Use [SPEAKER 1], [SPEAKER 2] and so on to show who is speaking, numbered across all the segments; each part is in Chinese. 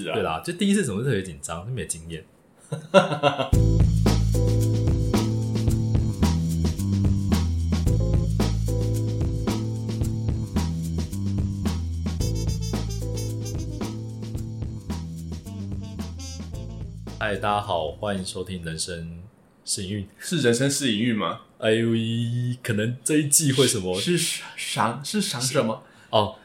[SPEAKER 1] 是
[SPEAKER 2] 对
[SPEAKER 1] 啊，
[SPEAKER 2] 啦，就第一次总是特别紧张，就没有经验。 嗨，大家好，欢迎收听《人生幸运》。
[SPEAKER 1] 是人生是隐喻吗？
[SPEAKER 2] 哎呦，可能这一季会什么？
[SPEAKER 3] 是赏是赏什么？
[SPEAKER 2] 哦，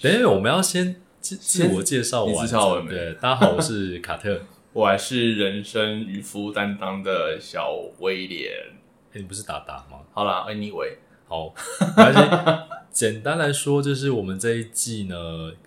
[SPEAKER 2] 等一下我们要先自自
[SPEAKER 3] 先
[SPEAKER 2] 我介绍
[SPEAKER 1] 你
[SPEAKER 2] 完，
[SPEAKER 1] 自绍完没
[SPEAKER 2] 对，大家好，我是卡特。
[SPEAKER 1] 我还是人生渔夫担当的小威廉。
[SPEAKER 2] 欸你不是达达吗？
[SPEAKER 1] 好啦 a n y w a y
[SPEAKER 2] 好，而且 简单来说，就是我们这一季呢，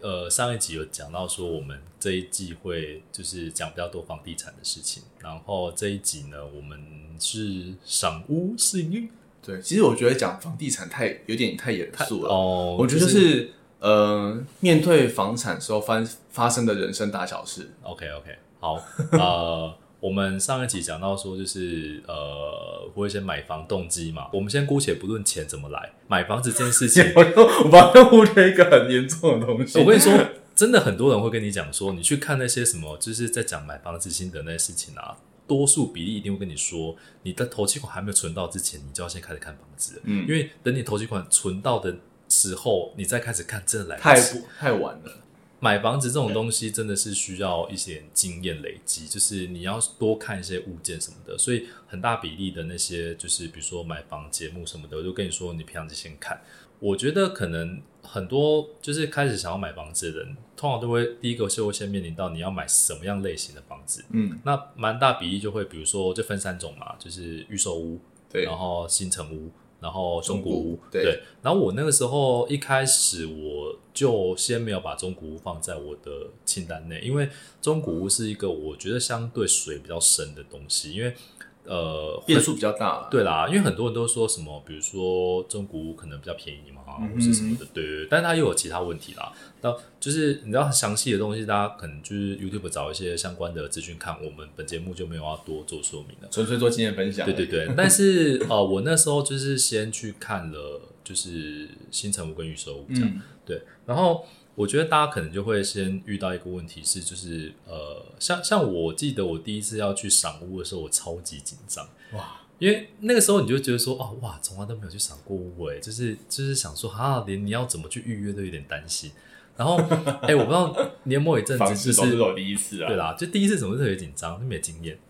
[SPEAKER 2] 呃，上一集有讲到说，我们这一季会就是讲比较多房地产的事情，然后这一集呢，我们是赏屋试运
[SPEAKER 3] 对，其实我觉得讲房地产太有点太严肃了。
[SPEAKER 2] 哦，
[SPEAKER 3] 我觉得就是呃，面对房产时候发发生的人生大小事，，
[SPEAKER 2] OK OK，好，呃， 我们上一集讲到说，就是呃，会先买房动机嘛。我们先姑且不论钱怎么来，买房子这件事情
[SPEAKER 3] 我又我把它忽略一个很严重的东西。
[SPEAKER 2] 我跟你说， 真的很多人会跟你讲说，你去看那些什么，就是在讲买房子心得那些事情啊，多数比例一定会跟你说，你的头期款还没有存到之前，你就要先开始看房子了，
[SPEAKER 1] 嗯
[SPEAKER 2] 因为等你头期款存到的时候，你再开始看，真的来不
[SPEAKER 3] 太
[SPEAKER 2] 及
[SPEAKER 3] 不太晚了，
[SPEAKER 2] 买房子这种东西真的是需要一些经验累积，就是你要多看一些物件什么的，所以很大比例的那些就是比如说买房节目什么的，我就跟你说，你平常就先看。我觉得可能很多就是开始想要买房子的人，通常都会第一个就会先面临到你要买什么样类型的房子，
[SPEAKER 3] 嗯，
[SPEAKER 2] 那蛮大比例就会比如说就分三种嘛，就是预售屋，
[SPEAKER 3] 对
[SPEAKER 2] 然后新城屋，然后中古
[SPEAKER 3] 中
[SPEAKER 2] 屋
[SPEAKER 3] 古，对
[SPEAKER 2] 然后我那个时候一开始我就先没有把中古屋放在我的清单内，因为中古屋是一个我觉得相对水比较深的东西，因为呃
[SPEAKER 3] 变数比较大了。
[SPEAKER 2] 对啦，因为很多人都说什么，比如说中古屋可能比较便宜嘛，
[SPEAKER 3] 嗯哼
[SPEAKER 2] 或是什么的，对对对，但它又有其他问题啦。到就是你知道详细的东西，大家可能就是 YouTube 找一些相关的资讯看，我们本节目就没有要多做说明了。
[SPEAKER 3] 纯粹做经验分享。
[SPEAKER 2] 对对，对，但是呃，我那时候就是先去看了，就是新城屋跟预售屋这样，
[SPEAKER 3] 嗯，
[SPEAKER 2] 对，然后我觉得大家可能就会先遇到一个问题是，就是呃，像像我记得我第一次要去赏屋的时候，我超级紧张
[SPEAKER 3] 哇，
[SPEAKER 2] 因为那个时候你就觉得说，哦哇，从来都没有去赏过屋诶，就是就是想说啊，连你要怎么去预约都有点担心。然后哎、我不知道年末一阵
[SPEAKER 1] 房子
[SPEAKER 2] 子就
[SPEAKER 1] 总
[SPEAKER 2] 是
[SPEAKER 1] 是我第一次啊
[SPEAKER 2] 对，啦，就第一次总是特别紧张，就没经验。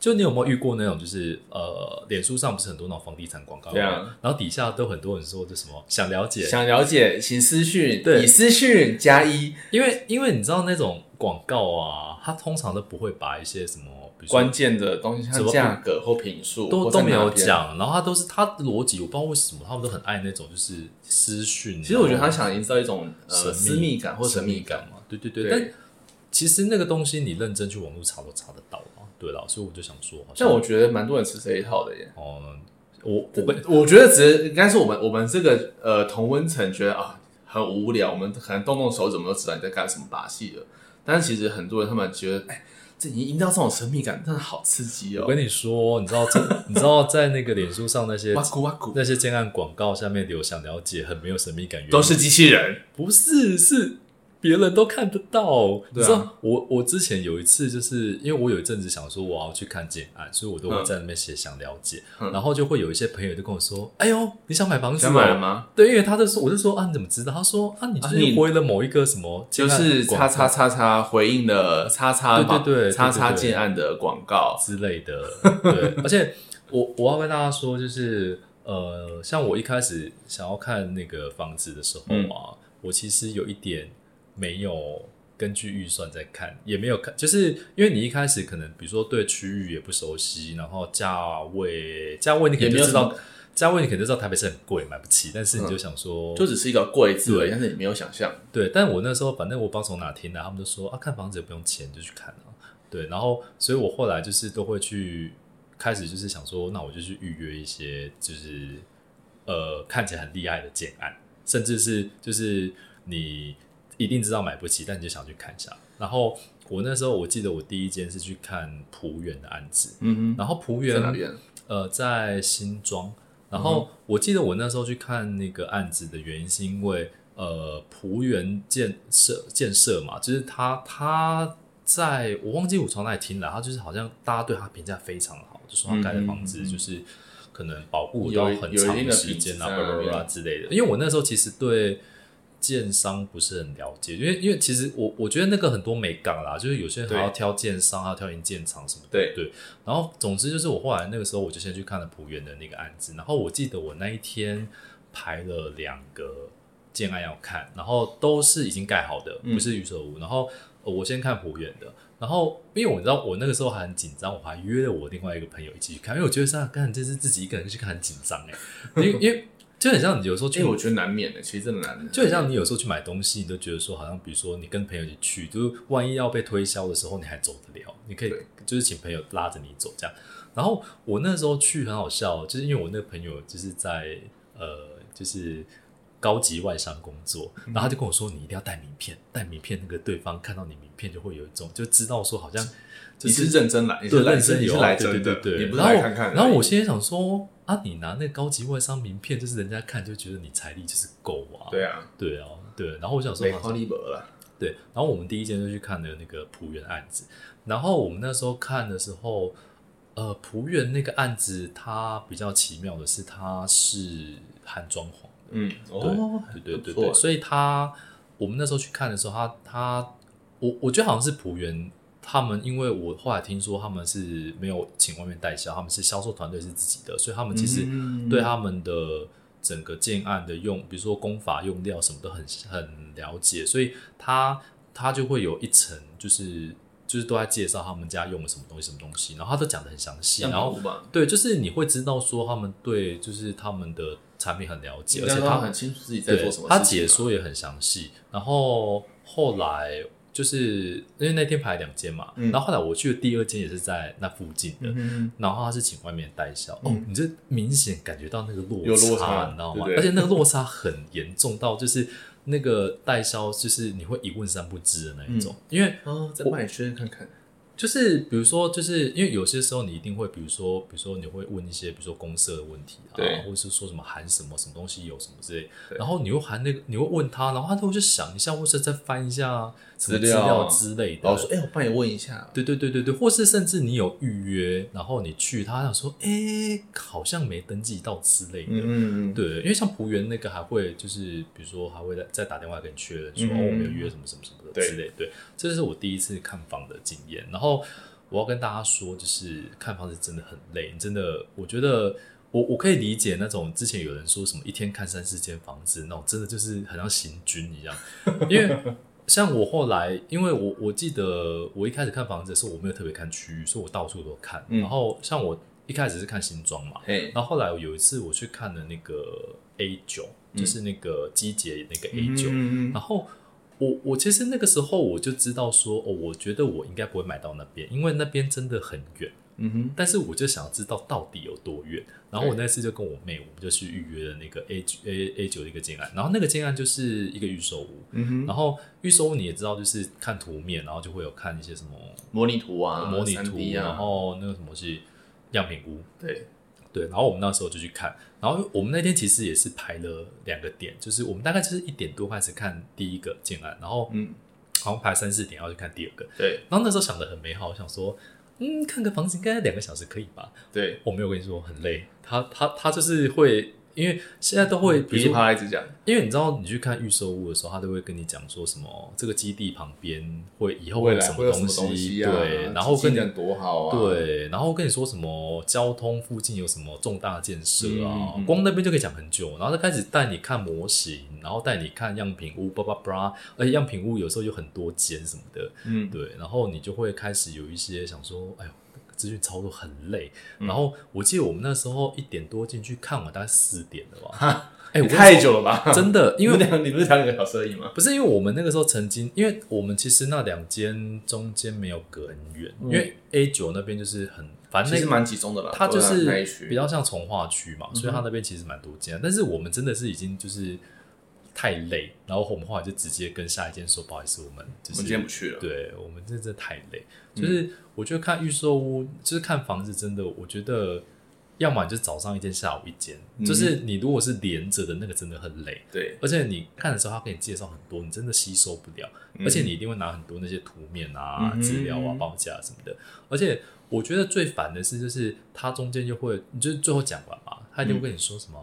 [SPEAKER 2] 就你有没有遇过那种，就是呃，脸书上不是很多那种房地产广告吗，
[SPEAKER 3] 对啊
[SPEAKER 2] 然后底下都很多人说，就什么想了解，
[SPEAKER 3] 想了解请私讯，
[SPEAKER 2] 对
[SPEAKER 3] 以私讯加一，
[SPEAKER 2] 因为因为你知道那种广告啊，它通常都不会把一些什么，比如说
[SPEAKER 3] 关键的东西
[SPEAKER 2] 什
[SPEAKER 3] 像
[SPEAKER 2] 么
[SPEAKER 3] 价格或品数
[SPEAKER 2] 都
[SPEAKER 3] 或
[SPEAKER 2] 都
[SPEAKER 3] 在
[SPEAKER 2] 没有
[SPEAKER 3] 哪边。
[SPEAKER 2] 讲，然后它都是它的逻辑，我不知道为什么他们都很爱那种就是私讯。
[SPEAKER 3] 其实我觉得他
[SPEAKER 2] 然后
[SPEAKER 3] 想营造一种
[SPEAKER 2] 神
[SPEAKER 3] 呃
[SPEAKER 2] 秘
[SPEAKER 3] 私密感或神秘
[SPEAKER 2] 感
[SPEAKER 3] 感嘛。
[SPEAKER 2] 嘛，对对对，
[SPEAKER 3] 对
[SPEAKER 2] 但其实那个东西你认真去网络查都查得到啊，对啦，所以我就想说，好像
[SPEAKER 3] 但我觉得蛮多人吃这一套的耶。
[SPEAKER 2] 哦，我我
[SPEAKER 3] 我
[SPEAKER 2] 跟
[SPEAKER 3] 我觉得只是应该是我们我们这个呃同温层觉得啊很无聊，我们可能动动手指我们都知道你在干什么把戏了。但是其实很多人他们觉得，哎、这你营造这种神秘感，真的好刺激
[SPEAKER 2] 我
[SPEAKER 3] 哦！
[SPEAKER 2] 跟你说，你知道这 你知道在那个脸书上那些
[SPEAKER 3] 哇咕哇咕，
[SPEAKER 2] 那些建案广告下面留想了解，很没有神秘感，原因
[SPEAKER 3] 都是机器人，
[SPEAKER 2] 不是，是别人都看得到。你
[SPEAKER 3] 对啊
[SPEAKER 2] 知道，我我之前有一次，就是因为我有一阵子想说我要去看建案，所以我都会
[SPEAKER 3] 嗯
[SPEAKER 2] 在那边写想了解，
[SPEAKER 3] 嗯
[SPEAKER 2] 然后就会有一些朋友就跟我说：“哎呦，你想买房子、哦？”
[SPEAKER 3] 想买了吗？
[SPEAKER 2] 对，因为他就说，我就说啊，你怎么知道？他说啊，你就
[SPEAKER 3] 啊
[SPEAKER 2] 是
[SPEAKER 3] 你
[SPEAKER 2] 回了某一个什么建
[SPEAKER 3] 就
[SPEAKER 2] 案
[SPEAKER 3] 是
[SPEAKER 2] 广告
[SPEAKER 3] 叉叉叉叉回应了叉叉
[SPEAKER 2] 对对对对对
[SPEAKER 3] 叉叉建案的广告，
[SPEAKER 2] 之类的。对，而且我我要跟大家说，就是呃，像我一开始想要看那个房子的时候
[SPEAKER 3] 嗯
[SPEAKER 2] 啊，我其实有一点没有根据预算在看，也没有看，就是因为你一开始可能比如说对区域也不熟悉，然后价位价位你可能
[SPEAKER 3] 也
[SPEAKER 2] 就
[SPEAKER 3] 没有
[SPEAKER 2] 知道
[SPEAKER 3] 什么。嗯
[SPEAKER 2] 价位你可能就知道台北是很贵，买不起，但是你就想说，
[SPEAKER 3] 就只是一个柜子而
[SPEAKER 2] 对
[SPEAKER 3] 已，但是你没有想象。
[SPEAKER 2] 对，但我那时候反正我不知道从哪听的，他们就说啊，看房子也不用钱，就去看啊。对，然后所以我后来就是都会去开始就是想说，那我就去预约一些就是呃看起来很厉害的建案，甚至是就是你一定知道买不起，但你就想去看一下。然后我那时候我记得我第一间是去看浦原的案子，
[SPEAKER 3] 嗯
[SPEAKER 2] 然后浦
[SPEAKER 3] 哼，
[SPEAKER 2] 原
[SPEAKER 3] 在哪边？
[SPEAKER 2] 呃，
[SPEAKER 3] 嗯
[SPEAKER 2] 在新庄。然后我记得我那时候去看那个案子的原因，是因为呃浦原建设建设嘛，就是他他在我忘记我从哪里听来，他就是好像大家对他评价非常好，就说他盖的房
[SPEAKER 3] 嗯嗯
[SPEAKER 2] 子
[SPEAKER 3] 嗯
[SPEAKER 2] 就是可能保护
[SPEAKER 3] 有
[SPEAKER 2] 到
[SPEAKER 3] 一
[SPEAKER 2] 很
[SPEAKER 3] 有一
[SPEAKER 2] 长
[SPEAKER 3] 定的
[SPEAKER 2] 时
[SPEAKER 3] 品质
[SPEAKER 2] 间啊，
[SPEAKER 3] 在
[SPEAKER 2] 巴拉
[SPEAKER 3] 那
[SPEAKER 2] 巴拉
[SPEAKER 3] 边
[SPEAKER 2] 之类的。因为我那时候其实对建商不是很了解，因为因为其实我我觉得那个很多美感啦，就是有些人还
[SPEAKER 3] 对
[SPEAKER 2] 要挑建商，还要挑营建厂什么的。
[SPEAKER 3] 对
[SPEAKER 2] 对，然后总之就是我后来那个时候我就先去看了浦原的那个案子，然后我记得我那一天排了两个建案要看，然后都是已经盖好的，
[SPEAKER 3] 嗯
[SPEAKER 2] 不是预售屋。然后呃我先看浦原的，然后因为我知道我那个时候还很紧张，我还约了我另外一个朋友一起去看，因为我觉得上干这是自己一个人去看很紧张哎、因为因为就很像你有时候去
[SPEAKER 3] 因为哎我觉得难免的，其实真的难免，
[SPEAKER 2] 就很像你有时候去买东西，你都觉得说，好像比如说你跟朋友一起去，就是万一要被推销的时候，你还走得了，你可以
[SPEAKER 3] 对
[SPEAKER 2] 就是请朋友拉着你走这样。然后我那时候去很好笑，就是因为我那个朋友就是在呃，就是高级外商工作，然
[SPEAKER 3] 嗯
[SPEAKER 2] 后他就跟我说，你一定要带名片，带名片那个对方看到你名片就会有一种就知道说好像就
[SPEAKER 3] 你是认真来，你是
[SPEAKER 2] 对
[SPEAKER 3] 来
[SPEAKER 2] 认真
[SPEAKER 3] 你
[SPEAKER 2] 有
[SPEAKER 3] 是
[SPEAKER 2] 啊
[SPEAKER 3] 来
[SPEAKER 2] 对
[SPEAKER 3] 真的，
[SPEAKER 2] 对对对
[SPEAKER 3] 你不是
[SPEAKER 2] 然后
[SPEAKER 3] 来看看而已。
[SPEAKER 2] 然后我现在想说啊，你拿那高级外商名片，就是人家看就觉得你财力就是够啊，
[SPEAKER 3] 对啊，
[SPEAKER 2] 对啊，对。然后我想说
[SPEAKER 3] 没
[SPEAKER 2] 好像，
[SPEAKER 3] 花力博了，
[SPEAKER 2] 对，然后我们第一间就去看的那个浦原案子，然后我们那时候看的时候，呃，浦原那个案子它比较奇妙的是，它是含装潢的，
[SPEAKER 3] 嗯，
[SPEAKER 2] 对对对
[SPEAKER 3] 不
[SPEAKER 2] 对，
[SPEAKER 3] 错
[SPEAKER 2] 所以它我们那时候去看的时候，它它我我觉得好像是浦原他们，因为我后来听说他们是没有请外面代销，他们是销售团队是自己的，所以他们其实
[SPEAKER 3] 嗯
[SPEAKER 2] 对他们的整个建案的用，比如说工法用料什么都很很了解，所以他他就会有一层就是。就是都在介绍他们家用了什么东西，什么东西，然后他都讲的很详细，
[SPEAKER 3] 样
[SPEAKER 2] 然
[SPEAKER 3] 板
[SPEAKER 2] 后
[SPEAKER 3] 屋吧，
[SPEAKER 2] 对，就是你会知道说他们对，就是他们的产品很了解，
[SPEAKER 3] 应
[SPEAKER 2] 而
[SPEAKER 3] 该
[SPEAKER 2] 且
[SPEAKER 3] 说
[SPEAKER 2] 他
[SPEAKER 3] 他很清楚自己在
[SPEAKER 2] 对，
[SPEAKER 3] 做什么。
[SPEAKER 2] 他解，说也很详细。然后后来就是因为那天排两间嘛，
[SPEAKER 3] 嗯
[SPEAKER 2] 然后后来我去的第二间也是在那附近的，
[SPEAKER 3] 嗯哼，
[SPEAKER 2] 然后他是请外面代销。哦
[SPEAKER 3] 嗯，
[SPEAKER 2] 你就明显感觉到那个落
[SPEAKER 3] 有落差
[SPEAKER 2] 你知道吗？
[SPEAKER 3] 对不对
[SPEAKER 2] 而且那个落差很严重到就是那个代销就是你会一问三不知的那一种，因为。
[SPEAKER 3] 哦，再帮你确认看看，
[SPEAKER 2] 就是比如说，就是因为有些时候你一定会，比如说，比如说你会问一些，比如说公社的问题啊，
[SPEAKER 3] 对
[SPEAKER 2] 或者是说什么含什么什么东西有什么之类，
[SPEAKER 3] 对
[SPEAKER 2] 然后你又含那个，你会问他，然后他都会去想一下，或者再翻一下什么资
[SPEAKER 3] 资料
[SPEAKER 2] 料之类
[SPEAKER 3] 然
[SPEAKER 2] 的
[SPEAKER 3] 后。说，哎，我帮你问一下，
[SPEAKER 2] 对对对对对，或是甚至你有预约，然后你去，他想说，哎，好像没登记到之类的。
[SPEAKER 3] 嗯嗯嗯，
[SPEAKER 2] 对，因为像浦原那个还会就是，比如说还会再再打电话跟你确认说、
[SPEAKER 3] 嗯
[SPEAKER 2] 哦，我们有约什么什么什么的
[SPEAKER 3] 对
[SPEAKER 2] 之类。对，这是我第一次看房的经验。然后我要跟大家说，就是看房子真的很累，真的，我觉得我我可以理解那种之前有人说什么一天看三四间房子那种，真的就是很像行军一样，因为。像我后来，因为我我记得我一开始看房子的时候，我没有特别看区域，所以我到处都看。
[SPEAKER 3] 嗯
[SPEAKER 2] 然后像我一开始是看新庄嘛，
[SPEAKER 3] 嘿，
[SPEAKER 2] 然后后来有一次我去看了那个 A 九、
[SPEAKER 3] 嗯
[SPEAKER 2] 就是那个机捷那个 A
[SPEAKER 3] 嗯
[SPEAKER 2] 九、
[SPEAKER 3] 嗯嗯
[SPEAKER 2] 然后我我其实那个时候我就知道说，哦，我觉得我应该不会买到那边，因为那边真的很远。
[SPEAKER 3] 嗯哼，
[SPEAKER 2] 但是我就想知道到底有多远。然后我
[SPEAKER 3] 对
[SPEAKER 2] 那次就跟我妹，我们就去预约了那个 A A A 九的一个建案，然后那个建案就是一个预售屋。
[SPEAKER 3] 嗯哼，
[SPEAKER 2] 然后预售屋你也知道，就是看图面，然后就会有看一些什么
[SPEAKER 3] 模拟图啊，
[SPEAKER 2] 模拟图，
[SPEAKER 3] 3D 啊，
[SPEAKER 2] 然后那个什么是样品屋，
[SPEAKER 3] 对，
[SPEAKER 2] 对，然后我们那时候就去看，然后我们那天其实也是排了两个点，就是我们大概就是一点多开始看第一个建案，然后
[SPEAKER 3] 嗯，
[SPEAKER 2] 好像排三四点要去看第二个，
[SPEAKER 3] 对
[SPEAKER 2] 然后那时候想的很美好，我想说，嗯，看个房子应该两个小时可以吧？
[SPEAKER 3] 对，
[SPEAKER 2] 我没有跟你说很累，他他他就是会，因为现在都会，嗯比
[SPEAKER 3] 噼
[SPEAKER 2] 如
[SPEAKER 3] 里
[SPEAKER 2] 说
[SPEAKER 3] 啪啦一直讲，
[SPEAKER 2] 因为你知道，你去看预售物的时候，他都会跟你讲说什么这个基地旁边会以后会有什么东
[SPEAKER 3] 西啊？
[SPEAKER 2] 对，然后
[SPEAKER 3] 基
[SPEAKER 2] 跟
[SPEAKER 3] 金
[SPEAKER 2] 你
[SPEAKER 3] 人多好啊，，
[SPEAKER 2] 对，然后跟你说什么交通附近有什么重大建设啊，
[SPEAKER 3] 嗯嗯嗯
[SPEAKER 2] 光那边就可以讲很久。然后他开始带你看模型，然后带你看样品屋，叭叭叭，而且样品屋有时候有很多间什么的，
[SPEAKER 3] 嗯，
[SPEAKER 2] 对，然后你就会开始有一些想说，哎呦，资讯操作很累。
[SPEAKER 3] 嗯
[SPEAKER 2] 然后我记得我们那时候一点多进去看完，大概四点了吧？哎、我
[SPEAKER 3] 太久了吧？
[SPEAKER 2] 真的，因为
[SPEAKER 3] 你们两你不是才两个小时而已吗？
[SPEAKER 2] 不是因为我们那个时候曾经，因为我们其实那两间中间没有隔很远，
[SPEAKER 3] 嗯
[SPEAKER 2] 因为 A 九那边就是很，反
[SPEAKER 3] 其
[SPEAKER 2] 正
[SPEAKER 3] 实
[SPEAKER 2] 那
[SPEAKER 3] 蛮集中的啦，
[SPEAKER 2] 它就
[SPEAKER 3] 都在呃那一
[SPEAKER 2] 是
[SPEAKER 3] 区嗯
[SPEAKER 2] 比较像从化区嘛，所以它那边其实蛮多间，但是我们真的是已经就是太累，然后我们后来就直接跟下一间说，不好意思，我们就
[SPEAKER 3] 我
[SPEAKER 2] 是
[SPEAKER 3] 们今天嗯不去了，
[SPEAKER 2] 对我们真的太累，就是我觉得看预售屋，就是看房子，真的，我觉得要么你就早上一间，下午一间，
[SPEAKER 3] 嗯
[SPEAKER 2] 就是你如果是连着的那个，真的很累。
[SPEAKER 3] 对，
[SPEAKER 2] 而且你看的时候，他给你介绍很多，你真的吸收不了，而且你一定会拿很多那些图面啊、
[SPEAKER 3] 嗯嗯哼
[SPEAKER 2] 资料啊、报价什么的。而且我觉得最烦的是，就是他中间就会，你就是最后讲完嘛，他一定会跟你说什么，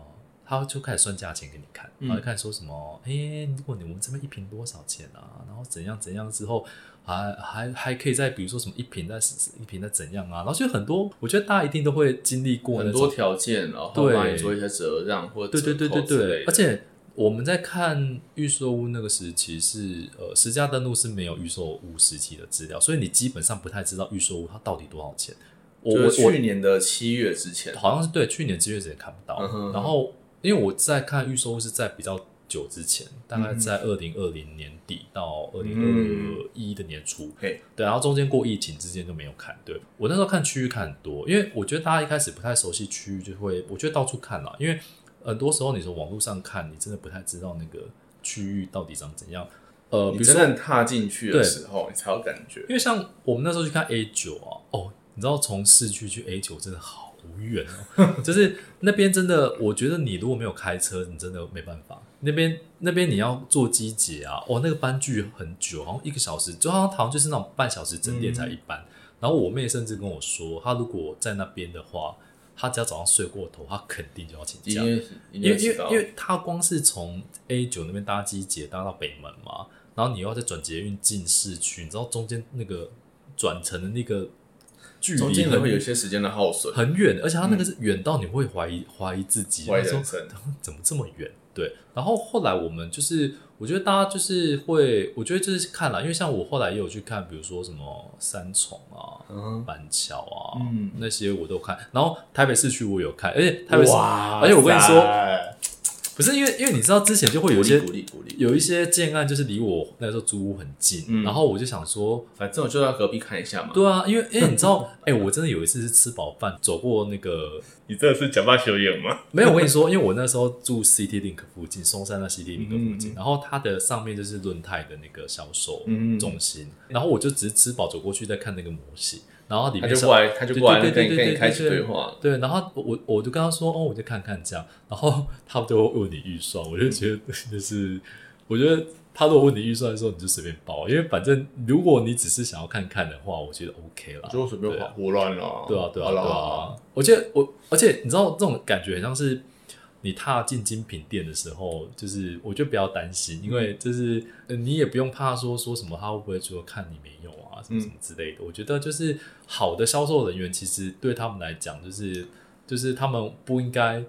[SPEAKER 2] 他就开始算价钱给你看，
[SPEAKER 3] 嗯
[SPEAKER 2] 然后就开始说什么，哎、如果你们这边一瓶多少钱啊，然后怎样怎样之后。还还还可以再比如说什么一瓶再一瓶再怎样啊，然后就很多，我觉得大家一定都会经历过那
[SPEAKER 3] 很
[SPEAKER 2] 种
[SPEAKER 3] 多条件，然后
[SPEAKER 2] 对
[SPEAKER 3] 帮你做一些折让或者
[SPEAKER 2] 对对对对
[SPEAKER 3] 折扣之类
[SPEAKER 2] 对，
[SPEAKER 3] 的
[SPEAKER 2] 而且我们在看预售屋那个时期是呃，实价登录是没有预售屋时期的资料，所以你基本上不太知道预售屋它到底多少钱。我
[SPEAKER 3] 就
[SPEAKER 2] 我
[SPEAKER 3] 是去
[SPEAKER 2] 我
[SPEAKER 3] 年的七月之前，
[SPEAKER 2] 好像是对去年七月之前看不到，
[SPEAKER 3] 嗯哼
[SPEAKER 2] 然后因为我在看预售屋是在比较久之前，大
[SPEAKER 3] 嗯
[SPEAKER 2] 概在二零二零年底到二零二一的年初，
[SPEAKER 3] 嗯嘿，
[SPEAKER 2] 对，然后中间过疫情之间就没有看。对我那时候看区域看很多，因为我觉得大家一开始不太熟悉区域，就会我觉得到处看啦，因为很多时候你从网络上看，你真的不太知道那个区域到底长怎样。呃，比
[SPEAKER 3] 你
[SPEAKER 2] 如
[SPEAKER 3] 真
[SPEAKER 2] 说，
[SPEAKER 3] 正踏进去的
[SPEAKER 2] 对
[SPEAKER 3] 时候，你才有感觉。
[SPEAKER 2] 因为像我们那时候去看 A 九啊，哦，你知道从市区去 A 九真的好远哦， 就是那边真的，我觉得你如果没有开车，你真的没办法。那边那边你要坐机捷啊，哦，那个班距很久，好像一个小时，就好像好像就是那种半小时整点才一班。然后我妹甚至跟我说，她如果在那边的话，她只要早上睡过头，她肯定就要请
[SPEAKER 3] 已
[SPEAKER 2] 假。
[SPEAKER 3] 经已
[SPEAKER 2] 因为
[SPEAKER 3] 经
[SPEAKER 2] 因
[SPEAKER 3] 知
[SPEAKER 2] 为
[SPEAKER 3] 道
[SPEAKER 2] 因，为他光是从 A 九那边搭机捷搭到北门嘛，然后你又要再转捷运进市区，你知道中间那个转乘的那个距
[SPEAKER 3] 中
[SPEAKER 2] 离
[SPEAKER 3] 间可能会有一
[SPEAKER 2] 很
[SPEAKER 3] 些时间的耗损。
[SPEAKER 2] 很远，而且他那个是远到你会怀疑怀疑自己，
[SPEAKER 3] 嗯怀疑
[SPEAKER 2] 然后
[SPEAKER 3] 人
[SPEAKER 2] 说
[SPEAKER 3] 生
[SPEAKER 2] 怎么这么远？对，然后后来我们就是，我觉得大家就是会，我觉得就是看了，因为像我后来也有去看，比如说什么三重啊、
[SPEAKER 3] 嗯，
[SPEAKER 2] 板桥啊、
[SPEAKER 3] 嗯
[SPEAKER 2] 那些我都看，然后台北市区我有看，而且台北市
[SPEAKER 3] 哇
[SPEAKER 2] 而且我跟你说
[SPEAKER 3] 塞，
[SPEAKER 2] 不是因为因为你知道之前就会有
[SPEAKER 3] 鼓
[SPEAKER 2] 一些
[SPEAKER 3] 励鼓励鼓励，
[SPEAKER 2] 有一些建案就是离我那时候租屋很近，
[SPEAKER 3] 嗯
[SPEAKER 2] 然后我就想说，
[SPEAKER 3] 反正我就到隔壁看一下嘛。
[SPEAKER 2] 对啊，因为因为你知 道，哎、我真的有一次是吃饱饭走过那个，
[SPEAKER 1] 你这是假扮修眼吗？
[SPEAKER 2] 没有，我跟你说，因为我那时候住 City Link 附近，松山的 City
[SPEAKER 3] 嗯
[SPEAKER 2] Link 附近，然后它的上面就是轮泰的那个销售
[SPEAKER 3] 嗯
[SPEAKER 2] 中心，然后我就只是吃饱走过去在看那个模型，然后里
[SPEAKER 3] 他
[SPEAKER 2] 面
[SPEAKER 3] 就
[SPEAKER 2] 是
[SPEAKER 3] 过来，他就过来
[SPEAKER 2] 对
[SPEAKER 3] 跟
[SPEAKER 2] 对
[SPEAKER 3] 你
[SPEAKER 2] 对
[SPEAKER 3] 跟你
[SPEAKER 2] 对
[SPEAKER 3] 开始
[SPEAKER 2] 对对
[SPEAKER 3] 对话。
[SPEAKER 2] 对，然后我我就跟他说，哦，我就看看这样，然后他们就会问你预算，我就觉得 就是，我觉得他如果问你预算的时候，你就随便报，因为反正如果你只是想要看看的话，我觉得 OK 啦。
[SPEAKER 3] 就随便
[SPEAKER 2] 对
[SPEAKER 3] 胡
[SPEAKER 2] 啊
[SPEAKER 3] 胡乱了，
[SPEAKER 2] 对啊，对啊，
[SPEAKER 3] 哦好
[SPEAKER 2] 对
[SPEAKER 3] 啦，
[SPEAKER 2] 啊！我觉得我，而且你知道这种感觉很像是你踏进精品店的时候，就是我觉得不要担心，因
[SPEAKER 3] 嗯
[SPEAKER 2] 为就是、呃你也不用怕说说什么他会不会说看你没有啊，什么什么之
[SPEAKER 3] 嗯
[SPEAKER 2] 类的。我觉得就是好的销售人员，其实对他们来讲，就是就是他们不应该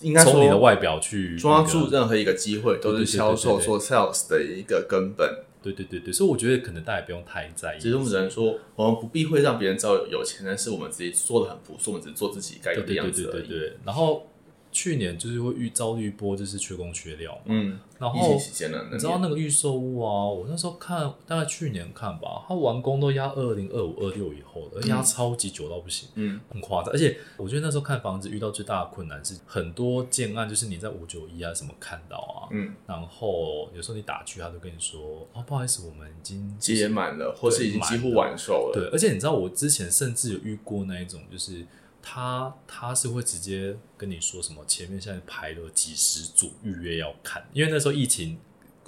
[SPEAKER 3] 应该
[SPEAKER 2] 从你的
[SPEAKER 3] 说
[SPEAKER 2] 外表去
[SPEAKER 3] 抓
[SPEAKER 2] 那个
[SPEAKER 3] 住任何一个机会都
[SPEAKER 2] 对
[SPEAKER 3] 是
[SPEAKER 2] 对对
[SPEAKER 3] 销
[SPEAKER 2] 对嗯
[SPEAKER 3] 售
[SPEAKER 2] 对
[SPEAKER 3] 做 sales 的一个根本。
[SPEAKER 2] 对对对对，所以我觉得可能大家也不用太在意。
[SPEAKER 3] 其实我们只能说，我们不避讳让别人知道有钱，但是我们自己做的很朴素，我们只是做自己该有
[SPEAKER 2] 对
[SPEAKER 3] 的
[SPEAKER 2] 对
[SPEAKER 3] 样
[SPEAKER 2] 对
[SPEAKER 3] 子
[SPEAKER 2] 对
[SPEAKER 3] 而
[SPEAKER 2] 对
[SPEAKER 3] 已。
[SPEAKER 2] 对，然后。去年就是会遇遭遇一波，就是缺工缺料嘛。
[SPEAKER 3] 嗯，
[SPEAKER 2] 然
[SPEAKER 3] 疫
[SPEAKER 2] 后
[SPEAKER 3] 情期间呢，
[SPEAKER 2] 你知道那个预售屋啊，我那时候看大概去年看吧，它完工都压二零二五二六以后的，压超级久到不行，
[SPEAKER 3] 嗯，
[SPEAKER 2] 很夸张。而且我觉得那时候看房子遇到最大的困难是，很多建案就是你在五九一啊什么看到啊，
[SPEAKER 3] 嗯，
[SPEAKER 2] 然后有时候你打去，他就跟你说，哦，不好意思，我们已经
[SPEAKER 3] 接满了，或是已经几乎完售了。
[SPEAKER 2] 对，而且你知道我之前甚至有遇过那一种，就是他他是会直接跟你说什么前面现在排了几十组预约要看，因为那时候疫情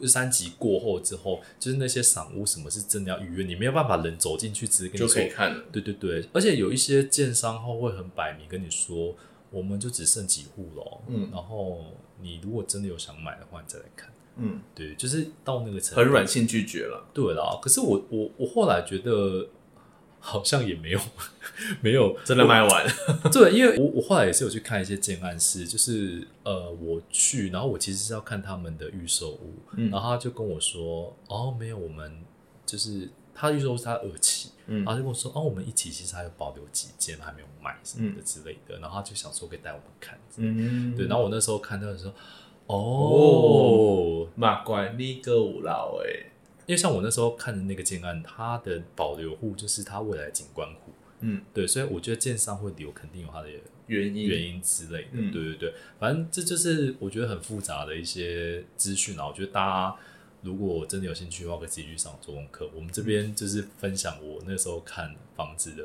[SPEAKER 2] 三级过后之后，就是那些赏屋什么是真的要预约，你没有办法人走进去直接跟
[SPEAKER 3] 就
[SPEAKER 2] 你
[SPEAKER 3] 可
[SPEAKER 2] 说
[SPEAKER 3] 以看了。
[SPEAKER 2] 对对对，而且有一些建商后会很摆明跟你说，我们就只剩几户了，
[SPEAKER 3] 嗯
[SPEAKER 2] 然后你如果真的有想买的话，你再来看。
[SPEAKER 3] 嗯，
[SPEAKER 2] 对，就是到那个程度，
[SPEAKER 3] 很软性拒绝了。
[SPEAKER 2] 对啦，可是我我我后来觉得好像也没有 没有
[SPEAKER 3] 真的卖完，
[SPEAKER 2] 对，因为我我后来也是有去看一些建案室，就是呃我去，然后我其实是要看他们的预售屋，
[SPEAKER 3] 嗯
[SPEAKER 2] 然后他就跟我说哦没有，我们就是他预售屋是他二期，
[SPEAKER 3] 嗯
[SPEAKER 2] 然后他就跟我说哦我们一期其实还有保留几间还没有卖什么的之类的，然后他就想说可以带我们看，
[SPEAKER 3] 嗯
[SPEAKER 2] 对，然后我那时候看到的时候
[SPEAKER 3] 哦
[SPEAKER 2] 哦
[SPEAKER 3] 马关你个五老哎，
[SPEAKER 2] 因为像我那时候看的那个建案，它的保留户就是它未来的景观户，
[SPEAKER 3] 嗯，
[SPEAKER 2] 对，所以我觉得建商会留，肯定有它的
[SPEAKER 3] 原因
[SPEAKER 2] 原因之类的，
[SPEAKER 3] 嗯
[SPEAKER 2] 对对对，反正这就是我觉得很复杂的一些资讯啊。我觉得大家如果真的有兴趣的话，可以自己去上网做功课。我们这边就是分享我那时候看房子的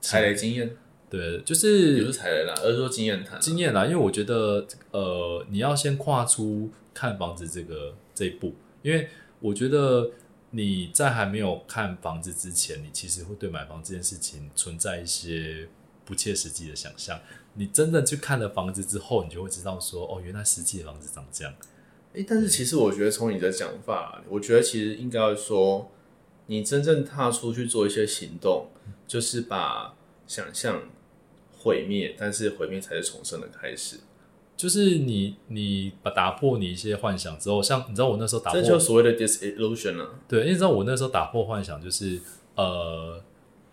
[SPEAKER 3] 踩雷经验，
[SPEAKER 2] 对，就
[SPEAKER 3] 也
[SPEAKER 2] 是
[SPEAKER 3] 不是才能啦，而是说经验谈啊。
[SPEAKER 2] 经验啦，因为我觉得呃，你要先跨出看房子这个这一步，因为我觉得你在还没有看房子之前，你其实会对买房这件事情存在一些不切实际的想象。你真的去看了房子之后，你就会知道说，哦，原来实际的房子长这样。
[SPEAKER 3] 诶，但是其实我觉得从你的讲法，我觉得其实应该要说，你真正踏出去做一些行动，就是把想象毁灭，但是毁灭才是重生的开始。
[SPEAKER 2] 就是你你把打破你一些幻想之后，像你知道我那时候打破
[SPEAKER 3] 这就是所谓的 disillusion 啊。
[SPEAKER 2] 对，因为你知道我那时候打破幻想，就是呃，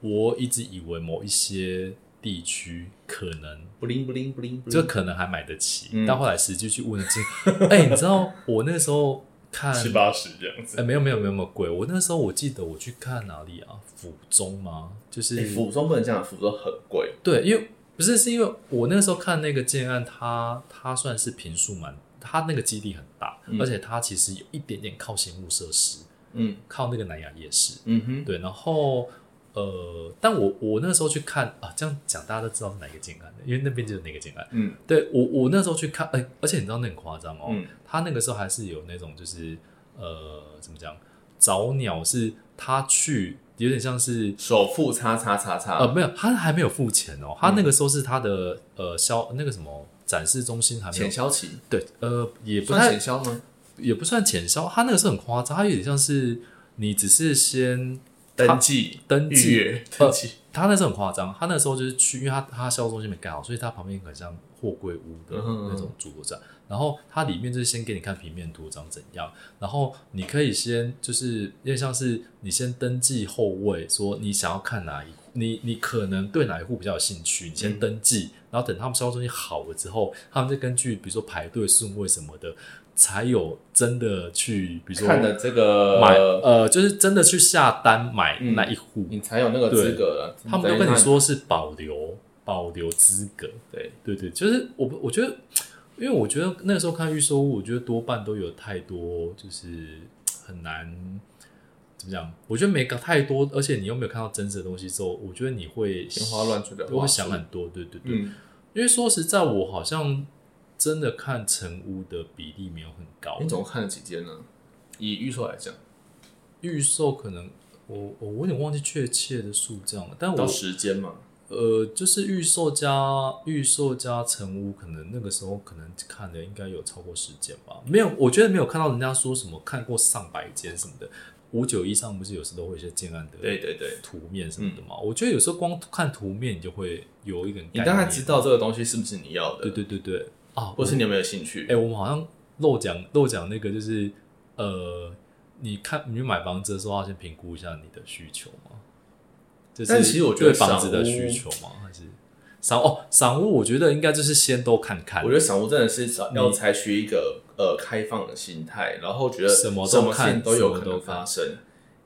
[SPEAKER 2] 我一直以为某一些地区可能
[SPEAKER 3] 不灵不灵不灵不
[SPEAKER 2] 就
[SPEAKER 3] 灵，
[SPEAKER 2] 可能还买得起，
[SPEAKER 3] 嗯
[SPEAKER 2] 但后来实际去问了之后， 哎、你知道我那时候看，
[SPEAKER 1] 七
[SPEAKER 2] 哎、
[SPEAKER 1] 八十这样子。
[SPEAKER 2] 没有没有没有那么贵，我那时候我记得我去看哪里啊，府中吗？就是、
[SPEAKER 3] 诶服装不能这样，服装很贵。
[SPEAKER 2] 对，因为不是是因为我那时候看那个建案，它它算是平数蛮，它那个基地很大，
[SPEAKER 3] 嗯
[SPEAKER 2] 而且它其实有一点点靠行路设施，
[SPEAKER 3] 嗯
[SPEAKER 2] 靠那个南雅夜市。
[SPEAKER 3] 嗯哼，
[SPEAKER 2] 对，然后呃，但我我那时候去看啊，这样讲大家都知道是哪一个建案的，因为那边就是那个建案。
[SPEAKER 3] 嗯
[SPEAKER 2] 对我我那时候去看，哎、而且你知道那很夸张哦，
[SPEAKER 3] 嗯
[SPEAKER 2] 他那个时候还是有那种就是呃，怎么讲，早鸟是他去有点像是。
[SPEAKER 3] 首付叉叉叉叉。
[SPEAKER 2] 呃，没有，他还没有付钱哦。他那
[SPEAKER 3] 嗯
[SPEAKER 2] 个时候是他的、呃销那个什么展示中心还没有
[SPEAKER 3] 浅销期
[SPEAKER 2] 对，呃也不
[SPEAKER 3] 算
[SPEAKER 2] 太
[SPEAKER 3] 浅销吗？
[SPEAKER 2] 也不算潜销，他那个时候很夸张，他有点像是你只是先
[SPEAKER 3] 登记
[SPEAKER 2] 登
[SPEAKER 3] 预
[SPEAKER 2] 记呃
[SPEAKER 3] 约登记，
[SPEAKER 2] 他那时候很夸张，他那时候就是去，因为他他销售中心没盖好，所以他旁边很像货柜屋的
[SPEAKER 3] 嗯
[SPEAKER 2] 那种主楼站。然后它里面就是先给你看平面图长怎样，然后你可以先就是有点像是你先登记后位，说你想要看哪一户，你你可能对哪一户比较有兴趣，你
[SPEAKER 3] 嗯
[SPEAKER 2] 先登记，然后等他们销售中心好了之后，他们再根据比如说排队顺位什么的，才有真的去比如说
[SPEAKER 3] 看的这个
[SPEAKER 2] 买呃就是真的去下单买
[SPEAKER 3] 嗯
[SPEAKER 2] 那一户。
[SPEAKER 3] 你才有那个资格了。
[SPEAKER 2] 他们都跟你说是保留保留资格，
[SPEAKER 3] 对，
[SPEAKER 2] 对对，就是我我觉得，因为我觉得那个时候看预售屋，我觉得多半都有太多就是很难怎么讲，我觉得没搞太多，而且你又没有看到真实的东西之后，我觉得你会
[SPEAKER 3] 天花乱坠的话术，
[SPEAKER 2] 都会想很多，对对对，
[SPEAKER 3] 嗯，
[SPEAKER 2] 因为说实在，我好像真的看成屋的比例没有很高，
[SPEAKER 3] 你总共看了几间呢？以预售来讲，
[SPEAKER 2] 预售可能我我我有点忘记确切的数量了，但我
[SPEAKER 3] 到十间嘛，
[SPEAKER 2] 呃，就是预售加预售加成屋，可能那个时候可能看的应该有超过十间吧，没有，我觉得没有看到人家说什么看过上百间什么的。五九一上不是有时都会有一些建案的
[SPEAKER 3] 对对对
[SPEAKER 2] 图面什么的嘛？我觉得有时候光看图面，你就会有一个
[SPEAKER 3] 你
[SPEAKER 2] 概
[SPEAKER 3] 当然
[SPEAKER 2] 念
[SPEAKER 3] 知，道这个东西是不是你要的，
[SPEAKER 2] 对，对对对啊，
[SPEAKER 3] 或是你有没有兴趣？
[SPEAKER 2] 哎、我们好像漏讲漏讲那个，就是呃，你看你买房子的时候，要先评估一下你的需求嘛，就是
[SPEAKER 3] 但其实我觉得
[SPEAKER 2] 对房子的
[SPEAKER 3] 赏屋
[SPEAKER 2] 需求嘛，还是赏哦赏屋，我觉得应该就是先都看看
[SPEAKER 3] 我觉。得散户真的是要采取一个呃开放的心态，然后觉得
[SPEAKER 2] 什么
[SPEAKER 3] 什
[SPEAKER 2] 都
[SPEAKER 3] 么事情
[SPEAKER 2] 看
[SPEAKER 3] 都有
[SPEAKER 2] 什么
[SPEAKER 3] 可能
[SPEAKER 2] 都
[SPEAKER 3] 发
[SPEAKER 2] 看
[SPEAKER 3] 生。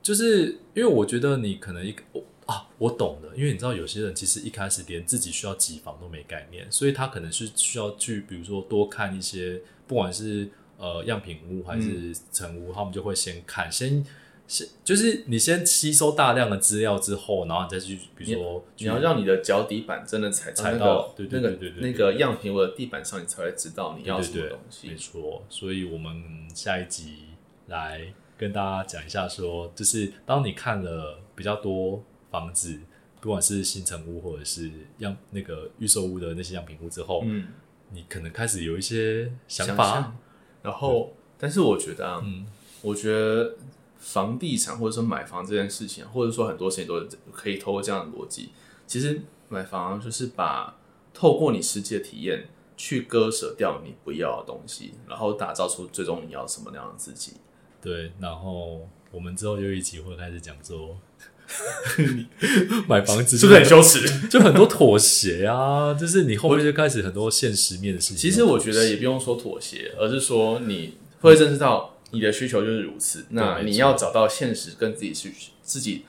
[SPEAKER 2] 就是因为我觉得你可能一个我啊，我懂了，因为你知道有些人其实一开始连自己需要几房都没概念，所以他可能是需要去，比如说多看一些，不管是呃样品屋还
[SPEAKER 3] 嗯
[SPEAKER 2] 是成屋，他们就会先看，先先就是你先吸收大量的资料之后，然后你再去，比如说
[SPEAKER 3] 你要
[SPEAKER 2] 去
[SPEAKER 3] 让你的脚底板真的踩到
[SPEAKER 2] 踩
[SPEAKER 3] 那
[SPEAKER 2] 到
[SPEAKER 3] 个
[SPEAKER 2] 啊对
[SPEAKER 3] 那
[SPEAKER 2] 对
[SPEAKER 3] 个
[SPEAKER 2] 对对对
[SPEAKER 3] 那个样品我的地板上，你才会知道你
[SPEAKER 2] 对
[SPEAKER 3] 要
[SPEAKER 2] 对
[SPEAKER 3] 什么
[SPEAKER 2] 对
[SPEAKER 3] 东，
[SPEAKER 2] 没
[SPEAKER 3] 西。
[SPEAKER 2] 错。所以我们下一集来跟大家讲一下说就是当你看了比较多房子，不管是新城屋或者是样那个预售屋的那些样品屋之后，
[SPEAKER 3] 嗯，
[SPEAKER 2] 你可能开始有一些想
[SPEAKER 3] 法。
[SPEAKER 2] 法，
[SPEAKER 3] 然后，但是我觉得啊，
[SPEAKER 2] 嗯，
[SPEAKER 3] 我觉得房地产或者说买房这件事情，或者说很多事情都是可以透过这样的逻辑。其实买房啊就是把透过你实际的体验去割舍掉你不要的东西，然后打造出最终你要什么样的自己。
[SPEAKER 2] 对。然后我们之后有一集会开始讲说， 买房子
[SPEAKER 3] 是不是很羞耻？
[SPEAKER 2] 就很多妥协啊，就是你后面就开始很多现实面的事情。
[SPEAKER 3] 其实我觉得也不用说妥协，而是说你会认识到你的需求就是如此。那
[SPEAKER 2] 没错
[SPEAKER 3] 你要找到现实跟自己需自己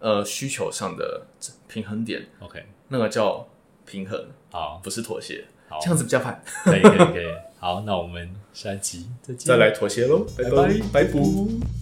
[SPEAKER 3] 呃需求上的平衡点，
[SPEAKER 2] OK，
[SPEAKER 3] 那个叫平衡，
[SPEAKER 2] 好，
[SPEAKER 3] 不是妥协。
[SPEAKER 2] 好，
[SPEAKER 3] 这样子比较快。
[SPEAKER 2] 可以可以可以。好，那我们下一集再见，
[SPEAKER 3] 再来妥协喽，拜拜拜拜。